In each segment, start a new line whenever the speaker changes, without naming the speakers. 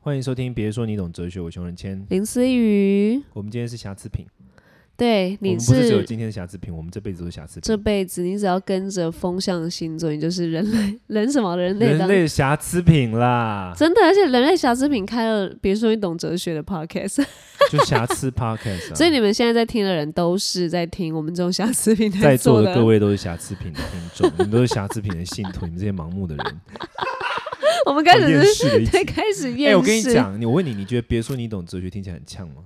欢迎收听，别说你懂哲学，我熊仁谦。
林思雨，
我们今天是瑕疵品，
对，
我们
你
不是只有今天的瑕疵品，我们这辈子都是瑕疵
这
品。
辈子你只要跟着风向星座，你就是人类 人什么人类
人
当
类瑕疵品啦，
真的，而且人类瑕疵品开了，别说你懂哲学的 podcast，、
啊就瑕 疵 podcast 啊。
所以你们现在在听的人都是在听我们这种瑕疵品
在座
做
的各，位都是瑕疵品的听众， 你们都是瑕疵品的信徒，你们这些盲目的人，
我们 开
好哦厌
始是
世的一
对
集。
开始
哎、
厌世。
我跟你，讲，你我问你，你觉得别说你懂哲学听起来很呛吗？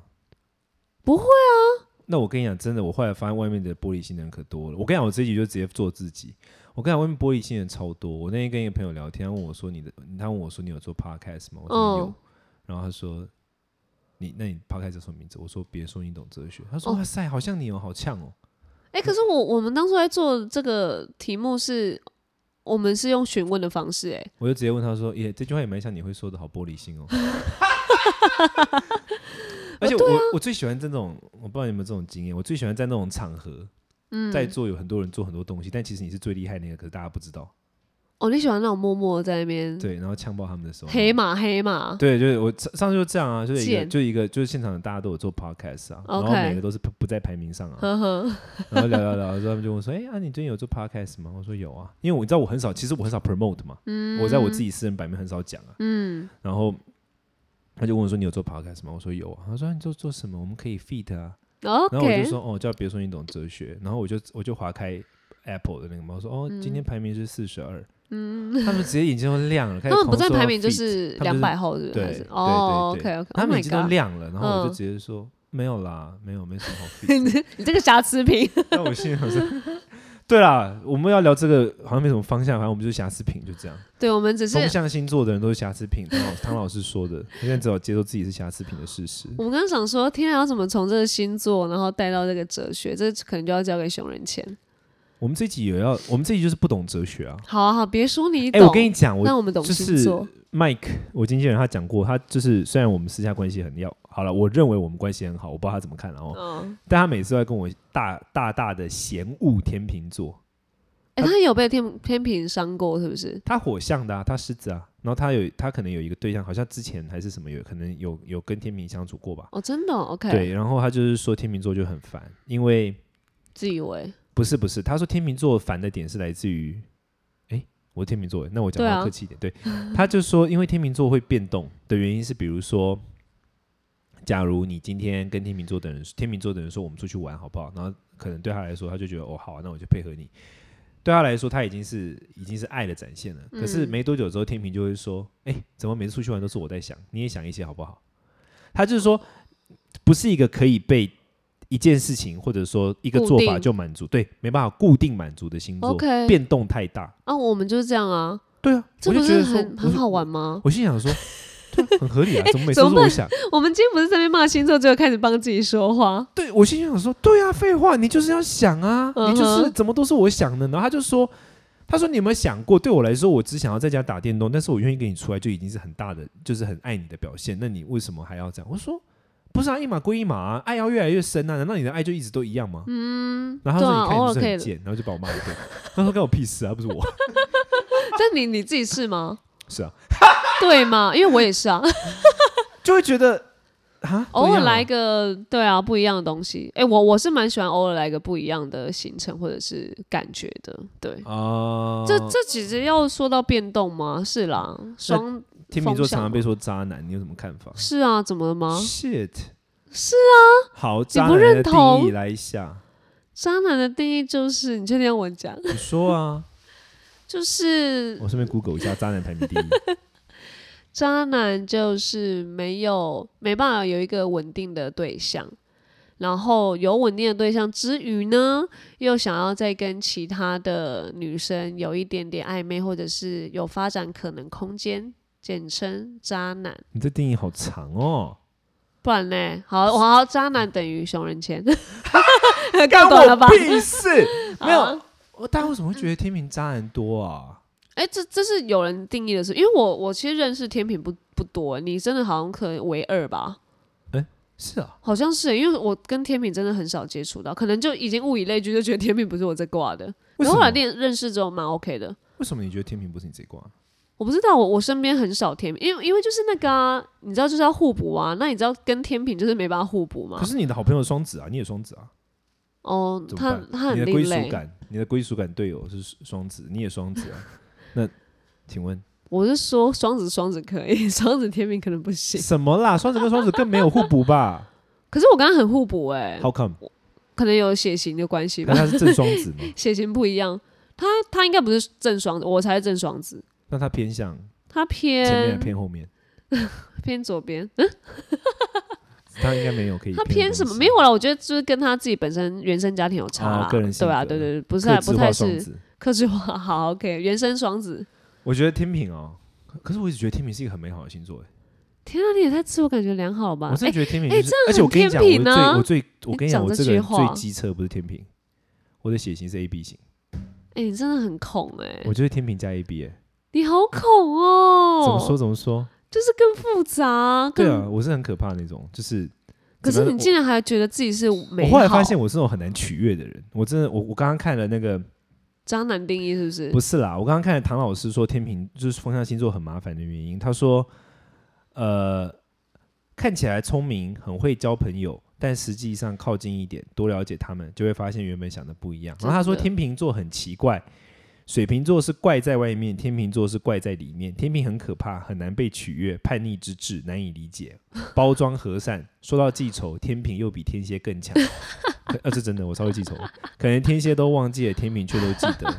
不会
啊。那我跟你讲，真的，我后来发现外面的玻璃心人可多了。我跟你讲，我这一集就直接做自己。我跟你讲，外面玻璃心人超多。我那天跟一个朋友聊天，他问我说：“你的？”他问我说：“你有做 podcast 吗？”我说：“有。
嗯
然后他说：“你那你 podcast 叫什么名字？”我说：“别说你懂哲学。”他说：“
哦
哇塞，好像你哦，好呛哦。
哎、可是我我们当初在做这个题目是，我们是用询问的方式、哎，”
我就直接问他说：“耶，这句话也蛮像你会说的，好玻璃心哦。” 而
哦
且我、
啊
我最喜欢这种，我不知道你有没有这种经验，我最喜欢在那种场合，
嗯，
在座有很多人做很多东西，但其实你是最厉害那个，可是大家不知道。
哦，你喜欢那种默默在那边
对，然后呛爆他们的时候，
嗯黑马黑马，
对，就是我上上次就这样啊，就是一个
贱
就一个就是现场大家都有做 podcast 啊，然后
OK
每个都是不不在排名上啊，
呵呵，
然后聊聊聊，之后他们就问我说，哎、啊你最近有做 podcast 吗？我说有啊，因为我知道我很少，其实我很少 promote 嘛，我在我自己私人版面很少讲啊，
嗯，
然后他就问我说你有做 podcast 吗？我说有啊，他说、啊你做做什么？我们可以 feed 啊，然后我就
OK，
说哦，叫别说你懂哲学，然后我就我就划开 Apple 的那个嘛，我说哦，今
嗯
天排名是四十二，嗯，他们直接眼睛都亮了，开
他
始
们不
狂
在
说
排
要
名就
feat
是
他们
两百后，是不是
对
还是
对？
哦
对对
，OK OK，
他们眼睛都
God，
亮了，然后我就
嗯
直接说没有啦，没有，没什么好 feat 的。
你这个瑕疵品，
那我心里想说，对啦，我们要聊这个好像没什么方向，反正我们就是瑕疵品，就这样。
对我们只是
风象星座的人都是瑕疵品，唐老唐老师说 的，他现在只好接受自己是瑕疵品的事实。
我们刚刚想说，天啊，要怎么从这个星座，然后带到这个哲学，这可能就要交给熊仁谦。
我们这集也要，我们这集就是不懂哲学啊。
好啊，好，别说你
哎、
懂，
我跟你讲，我
那我们懂
就
星
是
座，
Mike，我经纪人他讲过，他就是虽然我们私下关系很要好了，我认为我们关系很好，我不知道他怎么看啊哦，
嗯，
但他每次都在跟我大大大的嫌恶天秤座，
哎，他有被天天平伤过，是不是？
他火象的啊，他狮子啊，然后他有他可能有一个对象，好像之前还是什么有可能有有跟天秤相处过吧，
哦，真的哦，OK，
对，然后他就是说天秤座就很烦，因为
自以为
不是不是，他说天秤座烦的点是来自于，诶，我天秤座耶，那我讲
对
话
啊
客气一点，对,、 他就说因为天秤座会变动的原因是，比如说，假如你今天跟天秤座的人，天秤座的人说我们出去玩好不好，然后可能对他来说，他就觉得哦好、啊，那我就配合你。对他来说，他已经是已经是爱的展现了。可是
嗯
没多久之后，天平就会说：“诶，怎么每次出去玩都是我在想？你也想一些好不好？”他就是说，不是一个可以被一件事情或者说一个
固
做法
定
就满足，对，没办法固定满足的星座
OK
变动太大。
啊，我们就是这样啊，
对啊，
这
我
不
就觉
是
得说
很很好。玩吗
我？我心想说，对啊很合理啊，怎么每次
怎
都
么
是我
办
想？
我们今天不是在那边骂星座，就开始帮自己说话。
对我心想说，对啊，废话，你就是要想啊，你就
嗯
是
哼
怎么都是我想的。然后他就说，他说你有没有想过，对我来说，我只想要在家打电动，但是我愿意跟你出来，就已经是很大的，就是很爱你的表现。那你为什么还要这样？我说。不是啊，一码归一码啊，爱要越来越深啊！难道你的爱就一直都一样吗？
嗯，
然后
对
他说：“
啊，
你看
偶
你
尔
是
可以
很。贱。”然后就把我骂一顿。他说：“关我屁事啊，不是我。
但你你自己是吗？”
是啊，
对吗？因为我也是啊，
就会觉得啊，
偶
不一
尔
样啊
来一个对啊不一样的东西。哎、我我是蛮喜欢偶尔来一个不一样的行程或者是感觉的。对，
哦。
这这其实要说到变动吗？是啦，
呃
双
天秤座
风向
常常
吗
被说渣男，你有什么看法
是啊，怎么了吗？
？Shit，
是
啊。好，渣
不
男
认
的定义
同
来一下，
渣男的定义就是，你确定要我讲？
你说 啊。
就是
我顺便 Google 一下渣男排名第一。
渣男就是没有没办法有一个稳定的对象，然后有稳定的对象之余呢，又想要再跟其他的女生有一点点暧昧，或者是有发展可能空间，简称渣男。
你这定义好长 哦。
不然呢？好，我好，渣男等于熊 仁谦，够懂了
关？我
吧
屁 事，
好啊
没有。我大家为什么会觉得天秤渣男多啊？
哎、这这是有人定义的是，因为我我其实认识天平不不多，你真的好像可能唯二吧。
是啊，
好像是欸，因为我跟天平真的很少接触到，可能就已经物以类聚，就觉得天平不是我这挂的。
为
然
什
后后来
么？
认认识之后蛮 OK 的，
为什么你觉得天秤不是你这一卦？
我不知道，我我身边很少天平，因为因为就是那个啊，你知道就是要互补啊。那你知道跟天平就是没办法互补吗
可？是你的好朋友双子啊，你也双子啊，
哦，
怎么
他
办？
他
你
很
的归
另
属
类。
感，你的归属感队友是双子，你也双子啊。那请问
我是说双子双子可以， 双子天平可能不行。
什么 啦？双子跟双子更没有互补吧
可是我刚刚很互补哎、
？How come？
可能有血型的关系
那
吧，
他是正双子吗？
血型不一样。他他应该不是正双子，我才是正双子。
那他偏向
他
前面还
偏
是偏后面？
偏左边，
他应该没有可以。
他偏什么？没有啦，我觉得就是跟他自己本身原生家庭有差啦，
哦个人性
对吧？
格
对对对，不
不
是啊不太
双
是
子。
克制化。好，OK，原生双子。
我觉得天平哦，可可是我一直觉得天平是一个很美好的星座哎。
天啊，你也太自我感觉良好了吧？
我真
哎
的觉得天平、
哎
就是
这样
而且我
很
跟你讲，
天平啊
我最我最我跟你讲，
你讲
我
这
个人
句话
最机车不是天平，我的血型是 A B 型，
哎、你真的很恐哎、
我就是天平加 A B 哎、
你好恐哦、
怎么说怎么说？
就是更复杂，更
对啊，我是很可怕的那种，就是。
可是你竟
然
然还觉得自己是美
我
好？
后来发现我是那种很难取悦的人，我真的我我刚刚看了那个
渣男定义是不是？
不是啦，我刚刚看了唐老师说天平就是风象星座很麻烦的原因，他说，呃，看起来聪明，很会交朋友，但实际上靠近一点，多了解他们，就会发现原本想的不一样。然后他说
真的
天秤座很奇怪，水瓶座是怪在外面，天秤座是怪在里面，天平很可怕，很难被取悦，叛逆之至，难以理解，包装和善。说到记仇，天平又比天蝎更强。可呃，这真的，我稍微记仇了，可能天蝎都忘记了，天平却都记得。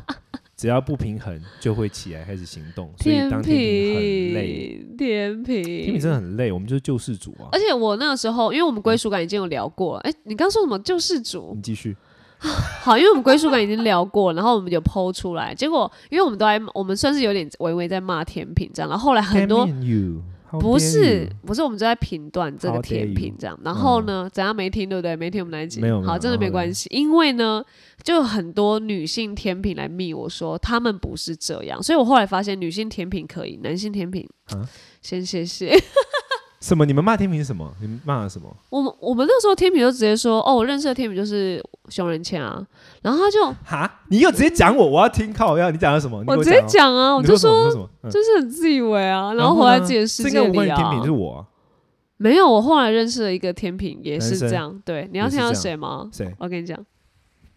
只要不平衡，就会起来开始行动，所以
天
当
平，
天平很累，
天平，
天平真的很累，我们就是救世主啊
而！且我那个时候，因为我们归属感已经有聊过，哎、你刚说什么救世主
你？继续，
好，因为我们归属感已经聊过，然后我们有剖出来，结果因为我们都在，我们算是有点微微在骂天平这样，然后后来很多
Damn you, how
不
dare
是
you
不是，我们就在评断这
How
个
dare
甜品
you
这样。然后呢，怎样没听对不对？没听我们那一
嗯
集，
没有没有
好，真
然
的
后
没
呢
关系，因为呢，就有很多女性甜品来密我说他们不是这样，所以我后来发现女性甜品可以，男性甜品
啊
先谢谢。
什么？你们骂天平是什么？你们骂了什么？
我们我们那时候天平就直接说，哦，我认识的天平就是熊仁谦啊，然后他就
哈，你又直接讲我，我要听靠要你讲了什么？哦你给
我
我
直接
哦，
讲啊，我
你
就
什么
说
你什么？ 嗯
就是很自以为啊，然后
后
活在
呢
自己的世
这应
界
该无关
里
于
啊。
天平，就是我啊
没有，我后来认识了一个天平，也
男
是这
生
样。对，你要
也是
听到
这样
谁吗？
谁
我跟你讲，你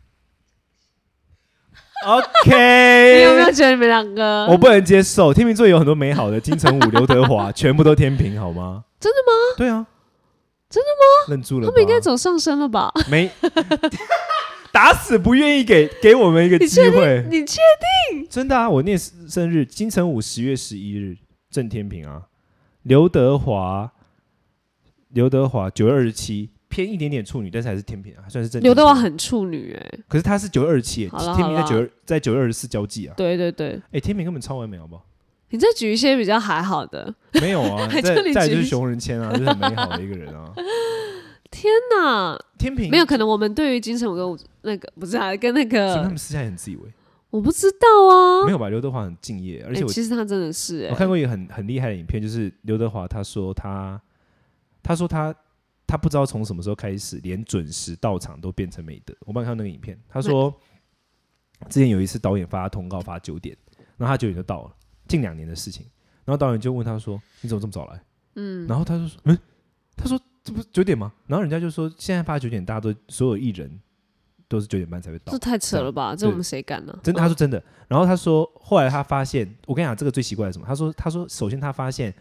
？OK，
有没有觉得你们两 个？
我不能接受，天秤座有很多美好的，金城武、刘德华，全部都天平，好吗？
真
的吗？对啊，
真
的吗？愣住了
他
吧，
们应该走上升 了吧？
没打死不愿意给给我们一个
你
机
确
会，
你确
真的啊！我念生日，金城武十月十一日，郑天平啊，刘德华，刘德华九月二十七，偏一点点处女，但是还是天平啊，还算是正。
刘德华，很处女哎、
可是他是九月二十七，
好啦
天平在
好啦
九在九月二十四交际啊，
对对对，
哎，天平根本超完美，好不好？
你再举一些比较还好的。
没有啊，
还
再
叫你
再来
举
就是
例
熊仁谦啊，就是很美好的一个人 啊。
那
天平
啊没有，可能我们对于金城武跟那个不是啊，跟那
所以他
个
们私下也很自以为，
我不知道啊
没。有吧？刘德华很敬业，而且
哎
我
其实他真的是哎、
我看过一个很很厉害的影片，就是刘德华他说他他说他他不知道从什么时候开始，连准时到场都变成美德。我帮你看那个影片，他说之前有一次导演发他通告发九点，然后他九点就到了，近两年的事情。然后导演就问他说：“你怎么这么早来？”嗯，然后他就说：“嗯，他说这不是九点吗？”然后人家就说：“现在发九点，大家都所有艺人都是九点半才会到
这。”太扯了吧？这
对
我们谁敢呢、
真的，他说真的。然后他说，后来他发现，我跟你讲，这个最奇怪的是什么？他说，他说，首先他发现，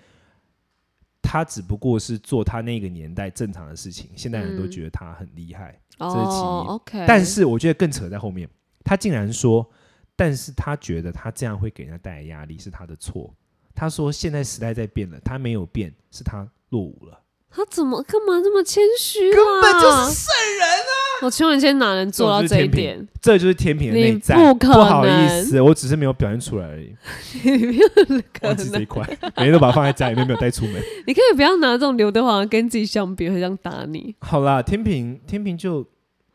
他只不过是做他那个年代正常的事情，现代人都
嗯
觉得他很厉害。
哦
这是其一
o k
但是我觉得更扯在后面，他竟然说，但是他觉得他这样会给人家带来压力，是他的错。他说，现在时代在变了，他没有变，是他落伍了。
他怎么干嘛这么谦虚、啊？
根本就是圣人啊！
我请问你今天哪能做到这一点？
这就是天平的内
你
在，
不可
好意
能
思，我只是没有表现出来而已，
你没有可
忘记这
能
一， 块，每天都把它放在家里面，没有带出门。
你可以不要拿这种刘德华跟自己相比，很想打你。
好啦，天平，天平就，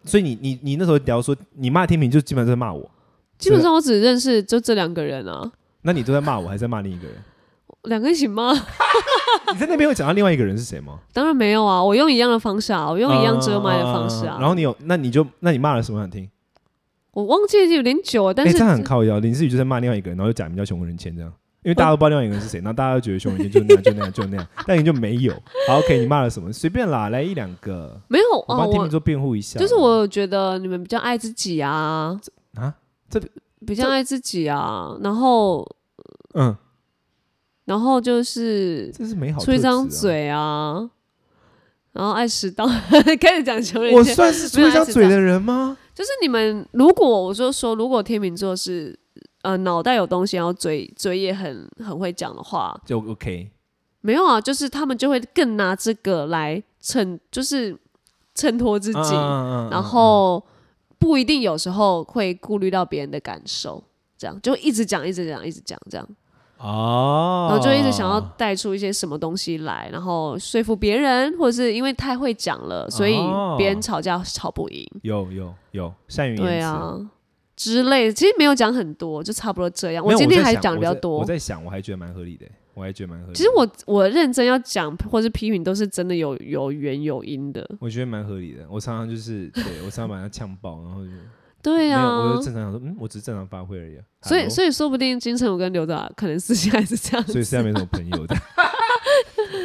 所以你你你那时候聊说你骂天平，就基本上在骂我。
基本上我只认识就这两个人啊，
那你都在骂我，还是在骂另一个人？
两个一起骂，
你在那边有讲到另外一个人是谁吗？
当然没有啊，我用一样的方式啊，我用一样遮埋的方式啊。
哦然后你有，那你就，那你骂了什么？我想听。
我忘记有点久了，但
哎，
是
这样很靠腰。林思雨就在骂另外一个人，然后就假名叫熊仁谦这样。因为大家都不知道另外一个人是谁， 然后大家都觉得熊仁谦就那样就那样就那样，但你就没有。好，OK，你骂了什么？随便啦，来一两个，
没有
我
哦，
帮天秤
我
座辩护一下。
就是我觉得你们比较爱自己啊，
啊，
比较爱自己啊，然后
嗯，
然后就是
这是美好、
出一张。嘴啊，然后爱迟到， 开始讲穷人
我
见
算是出一张嘴的人吗？
就是你们如果我就说，如果天秤座是呃脑袋有东西，然后嘴嘴也很很会讲的话，
就 OK，
没有啊，就是他们就会更拿这个来衬，就是衬托自
自
己，
嗯
然后不一定有时候会顾虑到别人的感受。这样就一直讲，一直讲，一直讲，这样，
哦，
然后就一直想要带出一些什么东西来，然后说服别人，或者是因为太会讲了，所以
哦
别人吵架吵不赢。
有有有善于言辞。
对啊之类，其实没有讲很多，就差不多这样。
没有
今天还
在想
讲比较
我
多。
在。我在想，我还觉得蛮合理的，我还觉得蛮合理的。
其实我我认真要讲或是批评，都是真的有有缘有因的。
我觉得蛮合理的。我常常 就是对我常常把他呛爆，然后就
对
没
啊
有，，我就正常想说，嗯，我只是正常发挥而已啊。
所以
Hello
所以说不定金城武跟刘德华可能私下也是这样子。
所以现在没什么朋 友的。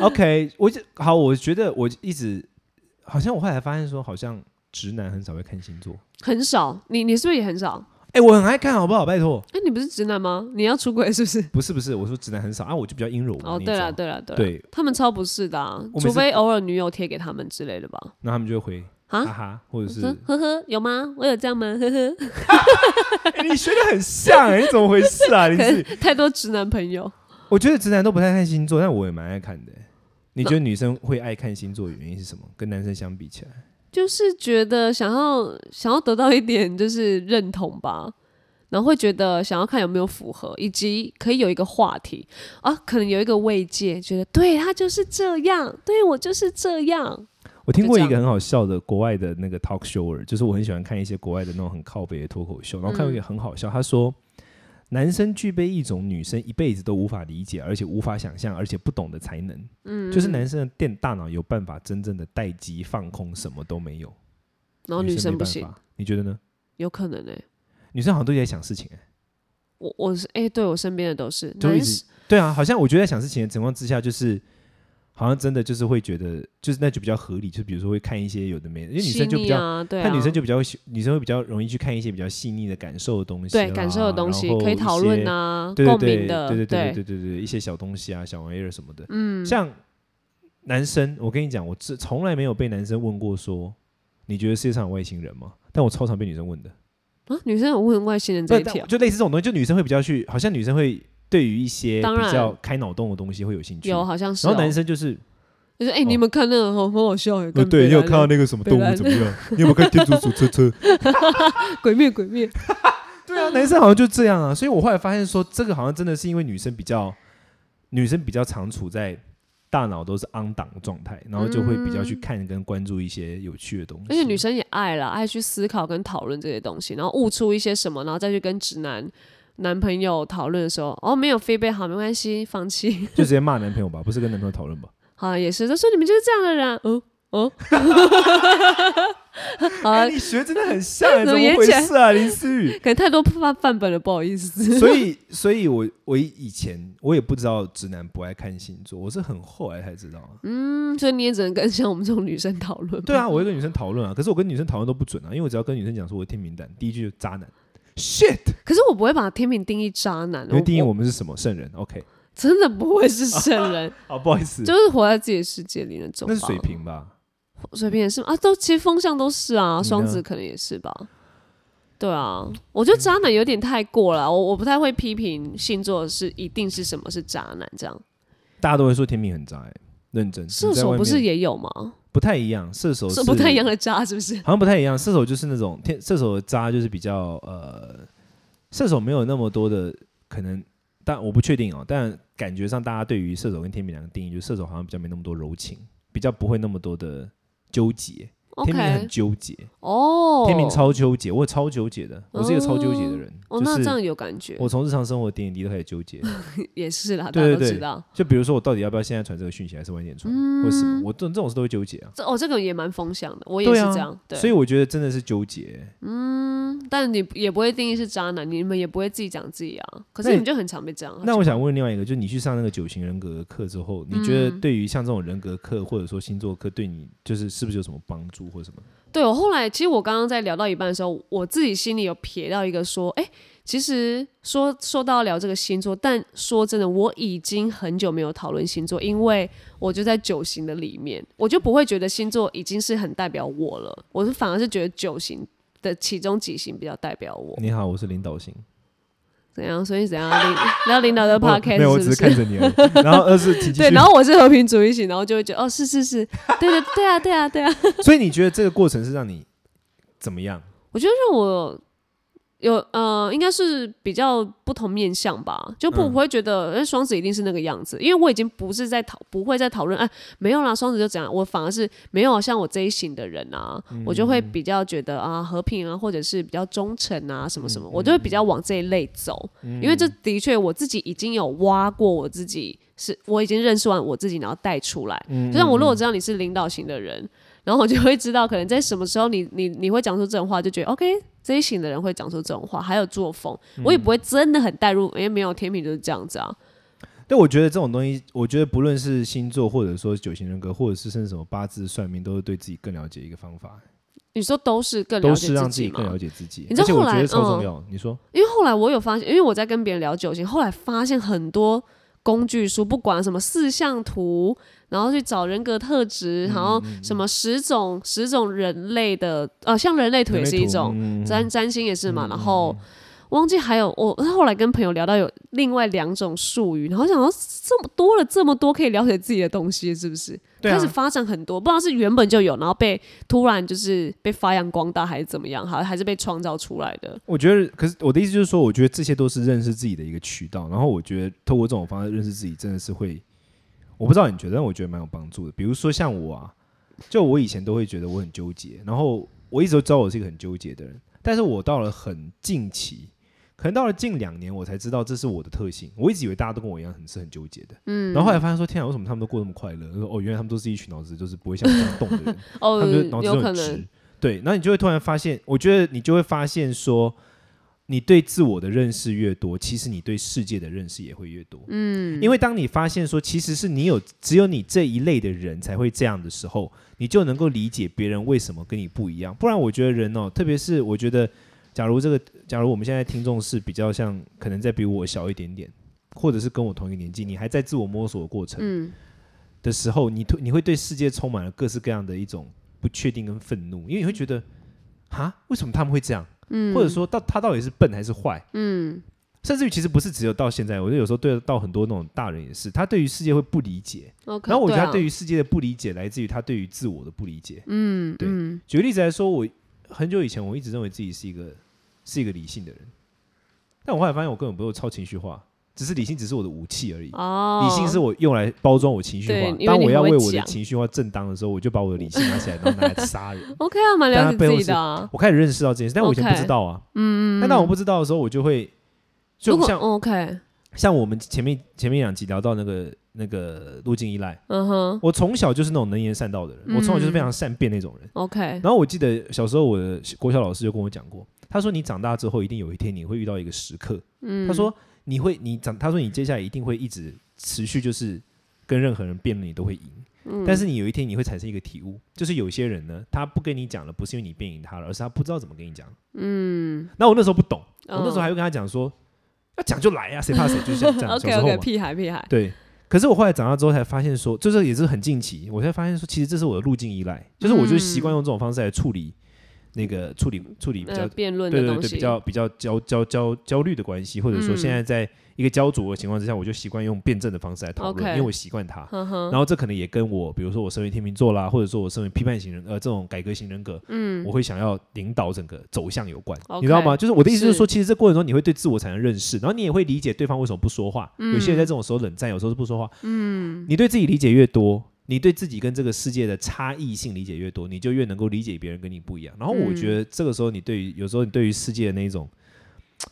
OK，我就好，我觉得我一直好像我后来发现说，好像直男很少会看星座。
很少，你你是不是也很少？
哎、我很爱看，好不好？拜托，
哎、你不是直男吗？你要出轨是不是？
不是不是，我说直男很少啊，我就比较阴柔嘛。
哦，
你也
对
知道
了对了对了，
对，
他们超不是的、啊
我，每次
除非偶尔女友贴给他们之类的吧。
那他们就会回哈
啊，
哈，或者是、
呵呵呵，有吗？我有这样吗？呵呵，
哎你学的很像、哎，你怎么回事啊？你
可
是
能太多直男 朋友。
我觉得直男都不太看星座，但我也蛮爱看的、你觉得女生会爱看星座的原因是什么？跟男生相比起来，
就是觉得想要想要得到一点就是认同吧，然后会觉得想要看有没有符合，以及可以有一个话题啊，可能有一个慰藉，觉得对他就是这样，对我就是这样。
我听过
就这
一
样
个很好笑的国外的那个 talk show，就是我很喜欢看一些国外的那种很靠北的脱口秀，然后看
嗯
到一个很好笑，他说男生具备一种女生一辈子都无法理解，而且无法想象，而且不懂的才能，嗯，就是男生的电大脑有办法真正的待机放空，什么都没有，
然后
女
女生
没
不
办
行，
法，你觉得呢？
有可能哎、
女生好像都一直在想事情、欸，
我我是哎、对我身边的都是，
就一
男
直
生
对啊，好像我觉得在想事情的情况之下，就是好像真的就是会觉得，就是那就比较合理，就比如说会看一些有的没的，因为女生就比
细腻
较
啊，对啊，
看女生就比较喜，女生会比较容易去看一些比较细腻的感受的东西啦，
对感受的东西
然后
可以
一些
讨论，啊，
对对
共
对
鸣的，
对对对对对对，一些小东西啊，小玩意儿什么的。
嗯，
像男生，我跟你讲，我这从来没有被男生问过说，你觉得世界上有外星人吗？但我超常被女生问的，
啊，女生有问外星人这
对，
一条
但就类似这种东西，就女生会比较去，好像女生会对于一些
当然
比较开脑洞的东西会有兴趣，
有好像是、哦，
然后男生就是，
就是哎、你们看那个很很好笑哎、
呃，
跟
对，
北
你有
兰
看到
的
那个什么
北
动物
兰
怎么样？你有没有看天竺鼠车车？
鬼灭鬼灭，
对啊，男生好像就这样啊。所以我后来发现说，这个好像真的是因为女生比较，女生比较常处在大脑都是 on 档的状态，然后就会比较去看跟关注一些有趣的东西。
嗯而且女生也爱了，爱去思考跟讨论这些东西，然后悟出一些什么，然后再去跟直男男朋友讨论的时候，哦，没有 feedback 好，没关系，放弃，
就直接骂男朋友吧，不是跟男朋友讨论吧？
好了，也是，他说你们就是这样的人啊，哦哦，好啊，
哎你学真的很像、欸，
怎
怎么
么演
回
起来
事啊，林思雨？
可能太多范范本了，不好意 思。
所以，所以我我以前我也不知道直男不爱看星座，我是很后来才知道、啊。
嗯，所以你也只能跟像我们这种女生讨论。
对啊，，我会跟女生讨论啊，可是我跟女生讨论都不准啊，因为我只要跟女生讲说我是天平蛋，第一句就渣男，shit，
可是我不会把天平定义渣男，
你会定义
我
我们是什么圣人？OK，
真的不会是圣 人，
好，不好意思，
就是活在自己的世界里那种吧。
那是水瓶吧？
水瓶也是啊，都其实风向都是啊，
呢
双子可能也是吧。对啊，我觉得渣男有点太过了啊，我我不太会批评星座是一定是什么是渣男这样。
大家都会说天秤很渣、欸，认真。
射
你在
手
外
不是
面
也有吗？
不太一样，射手
是不太一样，的渣，是 不 是？
好像不太一样。射手就是那种天，射手的渣就是比较呃，射手没有那么多的可能，但我不确定哦。但感觉上，大家对于射手跟天秤两个定义，就是射手好像比较没那么多柔情，比较不会那么多的纠结。天秤
OK，
很纠结，
哦，
天秤超纠结，我有超纠结的，我是一个超纠结的人，
哦，那
就
这
是
样有感觉，
我从日常生活点点滴滴都开始纠 结。
也是啦，大家
对
都
对对
知道。嗯
就比如说，我到底要不要现在传这个讯息，还是晚一点传，或什么？我这种这种事都会纠结啊。
这哦，这个也蛮风向的，我也
对
是
啊
这样。对，
所以我觉得真的是纠结，
嗯，但你也不会定义是渣男，你们也不会自己讲自己啊。可是
那
你们就很常被啊这样。
那我想问另外一个，就是你去上那个九型人格的课之后，你觉得
嗯
对于像这种人格课或者说星座课，对你就是是不是有什么帮助或者什么？
对我后来，其实我刚刚在聊到一半的时候，我自己心里有瞥到一个说，哎，其实说说到聊这个星座，但说真的，我已经很久没有讨论星座，因为我就在九型的里面，我就不会觉得星座已经是很代表我了，我是反而是觉得九型的其中几型比较代表我，
你好，我是领导型。
怎样？所以怎样？领聊领导的呃 podcast
没有，我
是
只是
不是？
看着你而已。然后二是请继
对，
续
然。后我是和平主义型，然后就会觉得哦，是是是，对对对啊，对啊，对啊，
所以你觉得这个过程是让你怎么样？
我觉得让我有呃，应该是比较不同面向吧，就不
嗯
不会觉得哎，双、子一定是那个样子，因为我已经不是在讨，不会再讨论哎，没有啦，双子就怎样，我反而是没有像我这一型的人啊，我就会比较觉得啊和平啊，或者是比较忠诚啊什么什么，我就会比较往这一类走，因为这的确我自己已经有挖过我自己。是我已经认识完我自己，然后带出来。就像我如果知道你是领导型的人，然后我就会知道，可能在什么时候你你你会讲出这种话，就觉得 OK 这一型的人会讲出这种话，还有作风，我也不
嗯
会真的很带入，因为没有天平就是这样子啊。
但我觉得这种东西，我觉得不论是星座，或者说九型人格，或者是甚至什么八字算命，都是对自己更了解一个方法，
你说都是更了
都
解
是让自
己
己更
嘛
了？解自己。
你知
而
道
且我
后
觉
来
得超重
嗯
要。你说，
因为后来我有发现，因为我在跟别人聊九型，后来发现很多工具书，不管什么四象图，然后去找人格特质，
嗯
然后什么十种十种人类的，呃，像人类图也是一种，
嗯
占占星也是嘛，然后忘记还有我后来跟朋友聊到有另外两种术语，然后想到这么多了这么多可以了解自己的东西，是不是？
对啊
开始发展很多，不知道是原本就有，然后被突然就是被发扬光大，还是怎么样，还还是被创造出来的。
我觉得，可是我的意思就是说，我觉得这些都是认识自己的一个渠道。然后我觉得透过这种方式认识自己，真的是会，我不知道你觉得，但我觉得蛮有帮助的。比如说像我啊，就我以前都会觉得我很纠结，然后我一直都知道我是一个很纠结的人，但是我到了很近期，可能到了近两年，我才知道这是我的特性。我一直以为大家都跟我一样，很是很纠结的，嗯。然后后来发现说，天啊，为什么他们都过得那么快乐？我说哦，原来他们都是一群脑子就是不会像我这样动的人。
哦
他们就脑，子
有
就
可
很直
能，。
对，然后你就会突然发现，我觉得你就会发现说，你对自我的认识越多，其实你对世界的认识也会越多。嗯，因为当你发现说，其实是你有只有你这一类的人才会这样的时候，你就能够理解别人为什么跟你不一样。不然，我觉得人哦，特别是我觉得，假如这个，假如我们现在听众是比较像，可能在比我小一点点，或者是跟我同一个年纪，你还在自我摸索的过程，
嗯，
的时候，你突你会对世界充满了各式各样的一种不确定跟愤怒，因为你会觉得，啊，为什么他们会这样？嗯，或者说到他到底是笨还是坏？嗯，甚至于其实不是只有到现在，我觉得有时候对到很多那种大人也是，他对于世界会不理解，
o k
然后我觉得他对啊
于
于世界的不理解来自于他对于自我的不理解。
嗯
对
嗯
举个例子来说，我很久以前我一直认为自己是一个是一个理性的人，但我后来发现我根本不是超情绪化，只是理性只是我的武器而已。
哦，
理性是我用来包装我情绪
对
化
因为。
当
你
我
很
要
会
为我的
讲
情绪化正当的时候，我就把我的理性拿起来，然后拿来杀人。
OK 啊，蛮
但他
了解
背后
自己
是
的啊。
我开始认识到这件事，但我以前
OK
不知道啊。嗯嗯。但当我不知道的时候，我就会
如
就
果
像
哦 OK，
像我们前面前面两集聊到那个那个路径依赖，
嗯哼
我从小就是那种能言善道的人，
嗯
我从小就是非常善变那种人。
，OK，
然后我记得小时候我的国小老师就跟我讲过，他说你长大之后一定有一天你会遇到一个时刻，他说你会你长，他说你接下来一定会一直持续就是跟任何人辩论你都会赢，但是你有一天你会产生一个体悟，就是有些人呢他不跟你讲了，不是因为你辩赢他了，而是他不知道怎么跟你讲。嗯，那我那时候不懂，我那时候还会跟他讲说，要讲就来呀、啊谁怕谁，就是 这样这样。小
OK
时候
OK，
嘛，
屁孩屁孩，
对。可是我后来长大之后才发现说，就是也是很近期，我才发现说，其实这是我的路径依赖，就是我就习惯用这种方式来处理那个处理处理比较、
呃，辩论
对
的
对
东
对
西嗯
比较比较焦焦焦焦虑的关系，或者说现在在一个焦灼的情况之下，我就习惯用辩证的方式来讨论，
OK
因为我习惯它。
嗯
然后这可能也跟我，比如说我身为天秤座啦，或者说我身为批判型人呃这种改革型人格，嗯，我会想要领导整个走向有关
OK
你知道吗？就是我的意思就是说，其实这过程中你会对自我产生认识，然后你也会理解对方为什么不说话。
嗯
有些人在这种时候冷战，有时候是不说话。嗯，你对自己理解越多。你对自己跟这个世界的差异性理解越多，你就越能够理解别人跟你不一样。然后我觉得这个时候，你对于有时候你对于世界的那种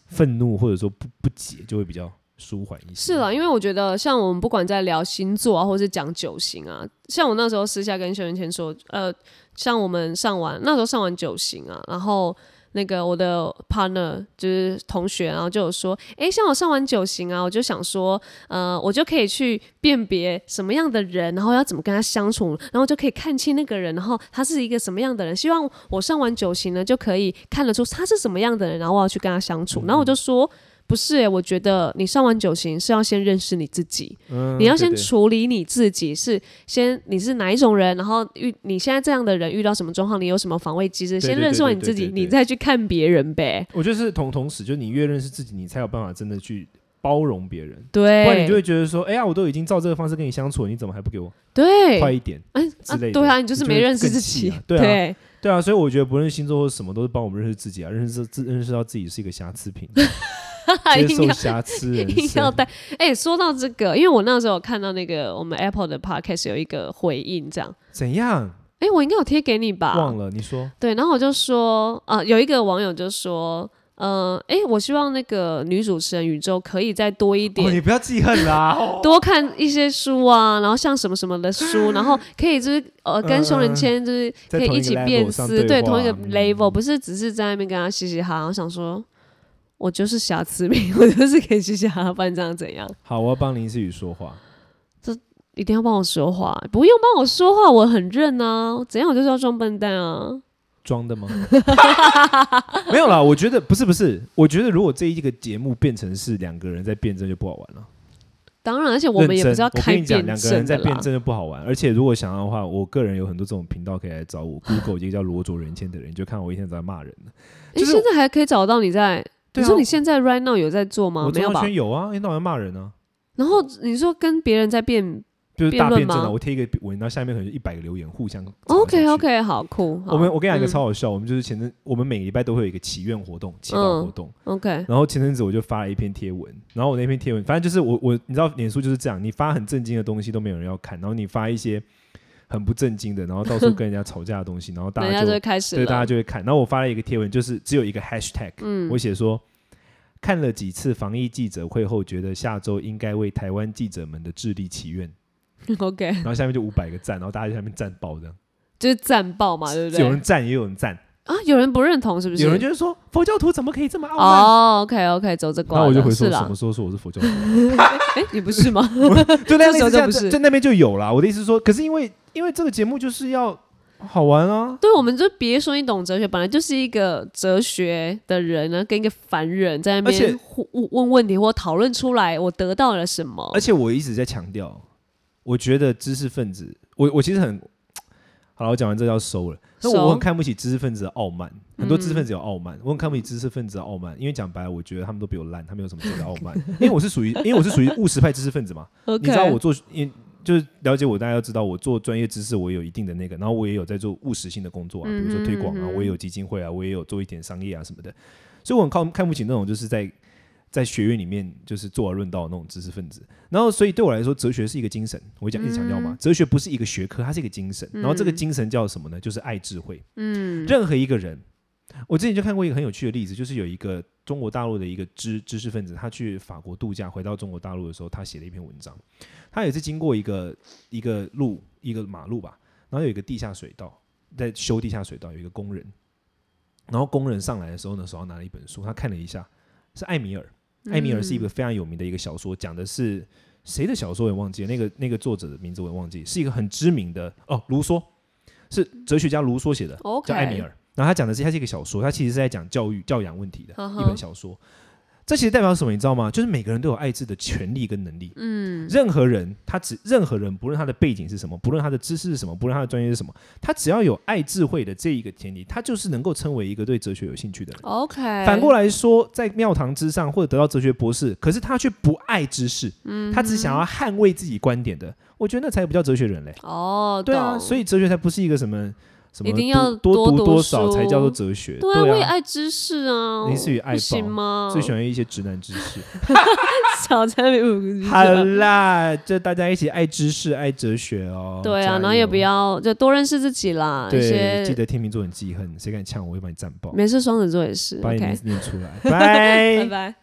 愤怒或者说不不解，就会比较舒缓一些。
是，啊了，因为我觉得像我们不管在聊星座啊，或是讲九型啊，像我那时候私下跟修元谦说，呃，像我们上完那时候上完九型啊，然后那个我的 partner 就是同学，然后就有说，诶，像我上完九型啊，我就想说，呃，我就可以去辨别什么样的人，然后要怎么跟他相处，然后就可以看清那个人，然后他是一个什么样的人。希望我上完九型呢，就可以看得出他是什么样的人，然后我要去跟他相处。然后我就说。不是、欸诶，我觉得你上完九型是要先认识你自己，
嗯
你要先
对对
处理你自己，是先你是哪一种人，然后遇你现在这样的人遇到什么状况，你有什么防卫机制，
对
先
对
认识完
对
你
对
自己
对，对
你再去看别人呗。
我觉得是同同时，就你越认识自己，你才有办法真的去包容别人，不然你就
对，
会觉得说，哎呀，我都已经照这个方式跟你相处了，你怎么还不给我
对，
快一点？
哎
之类的
对啊，你就是
你就
没
会
认识
更
自
气
己
啊，对啊
对，
对啊，所以我觉得不论星座或什么，都是帮我们认识自己啊，认识自认识到自己是一个瑕疵 品，接
硬
受啊
要
瑕疵 人
硬要
生。
带。哎，说到这个，因为我那时候有看到那个我们 Apple 的 Podcast 有一个回应，这样，
怎样？
哎，我应该有贴给你吧？
忘了你说，
对，然后我就说，呃，有一个网友就说，呃，哎，我希望那个女主持人宇宙可以再多一点
哦，你不要记恨啦。哦
多看一些书啊，然后像什么什么的书，然后可以就是呃跟熊仁谦就是
嗯在
可以
同一
一
个
起
level
辨
上
识，
对
对
话
同一个
嗯
level，不是只是在那边跟他嘻嘻哈哈，然后想说我就是瑕疵品， 我就是可以嘻嘻哈哈，不然这样怎样？
好，我要帮林思雨说话。
一定要帮我说话，不用帮我说话，我很认啊，怎样我就是要装笨蛋啊，
装的吗？ 没有啦，我觉得不是不是，我觉得如果这一个节目变成是两个人在辩证就不好玩了。
当然，而且我们
认
也
真
不是要
我跟
开
你讲，
辩
两个人
证
在
的
辩
啦，
证就不好玩。而且如果想要的话，我个人有很多这种频道可以来 找我。Google 一个叫罗卓人谦的人，你就看我一天在骂人了。
诶
就是
现在还可以找到你在。
对
你
啊
说你现在 right now 有在做吗
我？
没有
朋友
吧
圈？有啊，一天到晚骂人啊，
然后你说跟别人在辩
就是大
辩论
辩证啊。
吗
我贴一个文，然后下面可能一百个留言互相。
，OK。OK，好酷。好
我们我跟你讲一个
嗯
超好笑，我们就是前阵我们每个礼拜都会有一个祈愿活动、祈祷
嗯
活动，
OK，
然后前阵子我就发了一篇贴文，然后我那篇贴文，反正就是我我你知道，脸书就是这样，你发很震惊的东西都没有人要看，然后你发一些很不正经的，然后到处跟人家吵架的东西，然后大
等一
家
下就
就
会开始
对
了。
大家就会看。然后我发了一个贴文，就是只有一个 hashtag，、我
嗯
写说看了几次防疫记者会后，觉得下周应该为台湾记者们的智力祈愿，
OK，
然后下面就五百个赞，然后大家就在下面赞爆这样，
就是战报嘛，对不对？
有人赞也有人赞，
啊，有人不认同是不是？
有人就是说佛教徒怎么可以这么傲慢？
哦，OK OK，走这关
然
了。
后我就回说
是
什
啦
么，时候说我是佛教徒？
哎，你不是吗？
就那类似
这时候就
这样
不
子
是
就那边就有啦。我的意思是说，可是因为因为这个节目就是要好玩啊，
对，我们就别说你懂哲学，本来就是一个哲学的人呢，跟一个凡人在那
而且
边互问问问题或讨论出来，我得到了什么
而？且我一直在强调，我觉得知识分子，我我其实很好了，我讲完这要收了。那
收嗯
我很看不起知识分子的傲慢，很多知识分子有傲慢，我很看不起知识分子的傲慢，因为讲白了，我觉得他们都比我烂，他们有什么值得傲慢？因为我是属于，因为我是属于务实派知识分子嘛，
OK，
你知道我做，因就是了解我，大家要知道我做专业知识，我也有一定的那个，然后我也有在做务实性的工作啊，比如说推广啊，我也有基金会啊，我也有做一点商业啊什么的，所以我很看看不起那种就是在在学院里面就是坐而论道的那种知识分子。然后，所以对我来说，哲学是一个精神，我讲一直强调嘛，哲学不是一个学科，它是一个精神。然后这个精神叫什么呢？就是爱智慧。嗯，任何一个人，我之前就看过一个很有趣的例子，就是有一个中国大陆的一个知知识分子，他去法国度假，回到中国大陆的时候，他写了一篇文章。他也是经过一个一个路一个马路吧，然后有一个地下水道，在修地下水道，有一个工人，然后工人上来的时候呢，手上拿了一本书，他看了一下，是艾米尔，艾米尔是一个非常有名的一个小说，讲的是谁的小说我也忘记了，那个那个作者的名字我也忘记，是一个很知名的哦，卢梭，是哲学家卢梭写的
OK
叫艾米尔。然后他讲的是，他是一个小说，他其实是在讲教育、教养问题的
嗯哼
一本小说。这其实代表什么，你知道吗？就是每个人都有爱智的权利跟能力。嗯，任何人，他只任何人，不论他的背景是什么，不论他的知识是什么，不论他的专业是什么，他只要有爱智慧的这一个前提，他就是能够称为一个对哲学有兴趣的人。
OK，
反过
来
来说，在庙堂之上或者得到哲学博士，可是他却不爱知识，
嗯
他只想要捍卫自己观点的，我觉得那才不叫哲学人嘞。
哦，
对啊，
懂
所以哲学才不是一个什么什么
一定要
多
多
读
读
多少才
书
叫做哲学，
对啊，我
对
也
啊，
爱知识啊，
林思雨爱
不行
爆
吗？
最喜欢一些直男知识。
小才没有
好啦，就大家一起爱知识、爱哲学哦。
对啊，
加
然后也
油
不要就多认识自己啦。一
对，记
些
得天秤座很记恨，谁敢呛我，我会把你战爆，
没事，双子座也是。
把你名
OK，
字念出来，
拜
拜。
拜。